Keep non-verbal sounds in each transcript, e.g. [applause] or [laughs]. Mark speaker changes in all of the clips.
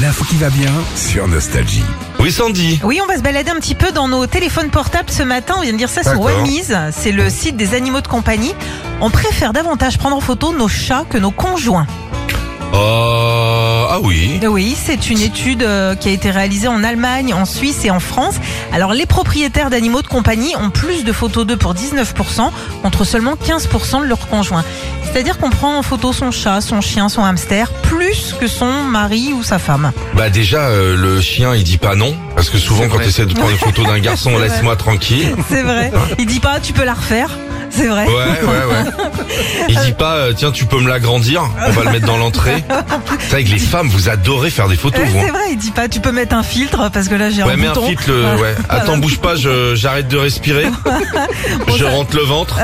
Speaker 1: L'info qui va bien.
Speaker 2: sur Nostalgie. Oui, Sandy.
Speaker 3: Oui, on va se balader un petit peu dans nos téléphones portables ce matin. On vient de dire ça sur
Speaker 2: D'accord.
Speaker 3: Wamiz, c'est le site des animaux de compagnie. On préfère davantage prendre en photo nos chats que nos conjoints. Eh
Speaker 2: Euh, ah oui.
Speaker 3: Oui, c'est une étude euh, qui a été réalisée en Allemagne, en Suisse et en France. Alors les propriétaires d'animaux de compagnie ont plus de photos d'eux pour 19% contre seulement 15% de leurs conjoints. C'est-à-dire qu'on prend en photo son chat, son chien, son hamster, plus que son mari ou sa femme.
Speaker 2: Bah déjà, euh, le chien, il dit pas non. Parce que souvent, quand tu essaies de prendre une photo d'un garçon,
Speaker 3: vrai.
Speaker 2: laisse-moi tranquille.
Speaker 3: C'est vrai. Il dit pas tu peux la refaire. C'est vrai.
Speaker 2: Ouais, ouais, ouais. Il dit pas, euh, tiens, tu peux me l'agrandir. On va le mettre dans l'entrée. C'est vrai que les femmes, vous adorez faire des photos,
Speaker 3: Ouais,
Speaker 2: vous. hein.
Speaker 3: Eh, c'est vrai, il dit pas tu peux mettre un filtre parce que là j'ai
Speaker 2: Ouais,
Speaker 3: un
Speaker 2: mets un
Speaker 3: bouton.
Speaker 2: filtre, le- ouais. Attends, bouge pas, je- j'arrête de
Speaker 3: [laughs]
Speaker 2: respirer. Je rentre le ventre.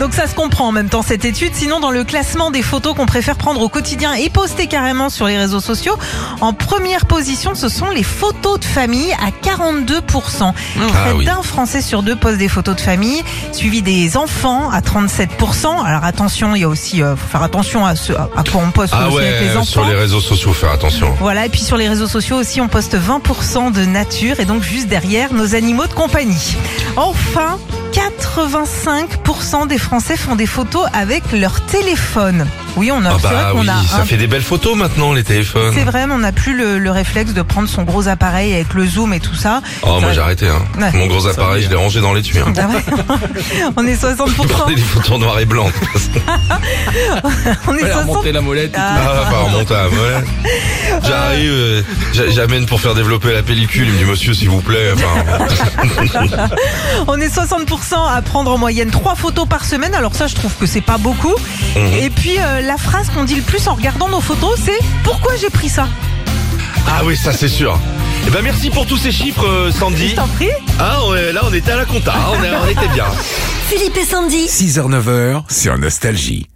Speaker 3: Donc ça se comprend en même temps cette étude. Sinon dans le classement des photos qu'on préfère prendre au quotidien et poster carrément sur les réseaux sociaux, en première position ce sont les photos de famille à 42%. Près
Speaker 2: Ah oui.
Speaker 3: d'un Français sur deux pose des photos de famille, suivi des enfants à 37%. Alors attention, il y a aussi euh, faut faire attention à ce à à quoi on poste
Speaker 2: Ah
Speaker 3: aussi avec les
Speaker 2: ouais,
Speaker 3: enfants. Ah,
Speaker 2: sur les réseaux sociaux, faire attention.
Speaker 3: Voilà, et puis sur les réseaux sociaux aussi, on poste 20% de nature et donc juste derrière nos animaux de compagnie. Enfin, 85% des Français font des photos avec leur téléphone. Oui, on a,
Speaker 2: Ah
Speaker 3: c'est vrai
Speaker 2: bah
Speaker 3: qu'on
Speaker 2: oui,
Speaker 3: a
Speaker 2: ça
Speaker 3: un-
Speaker 2: fait des belles photos maintenant, les téléphones.
Speaker 3: C'est vrai, mais on n'a plus le, le réflexe de prendre son gros appareil avec le zoom et tout ça.
Speaker 2: Oh, moi
Speaker 3: Ça-
Speaker 2: j'ai arrêté. Hein.
Speaker 3: Ouais.
Speaker 2: Mon gros appareil, je l'ai rangé dans
Speaker 3: [laughs]
Speaker 2: l'étui. Hein.
Speaker 3: Ah ouais. on est 60%.
Speaker 2: [laughs] Prenez des photos en noir et blanc.
Speaker 3: On est 60%.
Speaker 4: la molette.
Speaker 3: Ah,
Speaker 2: Ah, bah, remonte à ouais. J'arrive, euh, j'a- j'amène pour faire développer la pellicule. Il me dit, monsieur, s'il vous plaît. Enfin,
Speaker 3: On est 60% à prendre en moyenne 3 photos par semaine. Alors ça, je trouve que c'est pas beaucoup.
Speaker 2: Mhm.
Speaker 3: Et puis euh, la phrase qu'on dit le plus en regardant nos photos, c'est pourquoi j'ai pris ça.
Speaker 2: ah oui, ça c'est sûr. Eh ben merci pour tous ces chiffres, euh,
Speaker 3: Je
Speaker 2: Sandy.
Speaker 3: t'en prie.
Speaker 2: Ah, on est- là, on était à la compta. hein. On, est- on était bien.
Speaker 5: Philippe et Sandy.
Speaker 1: 6h, 9h sur Nostalgie.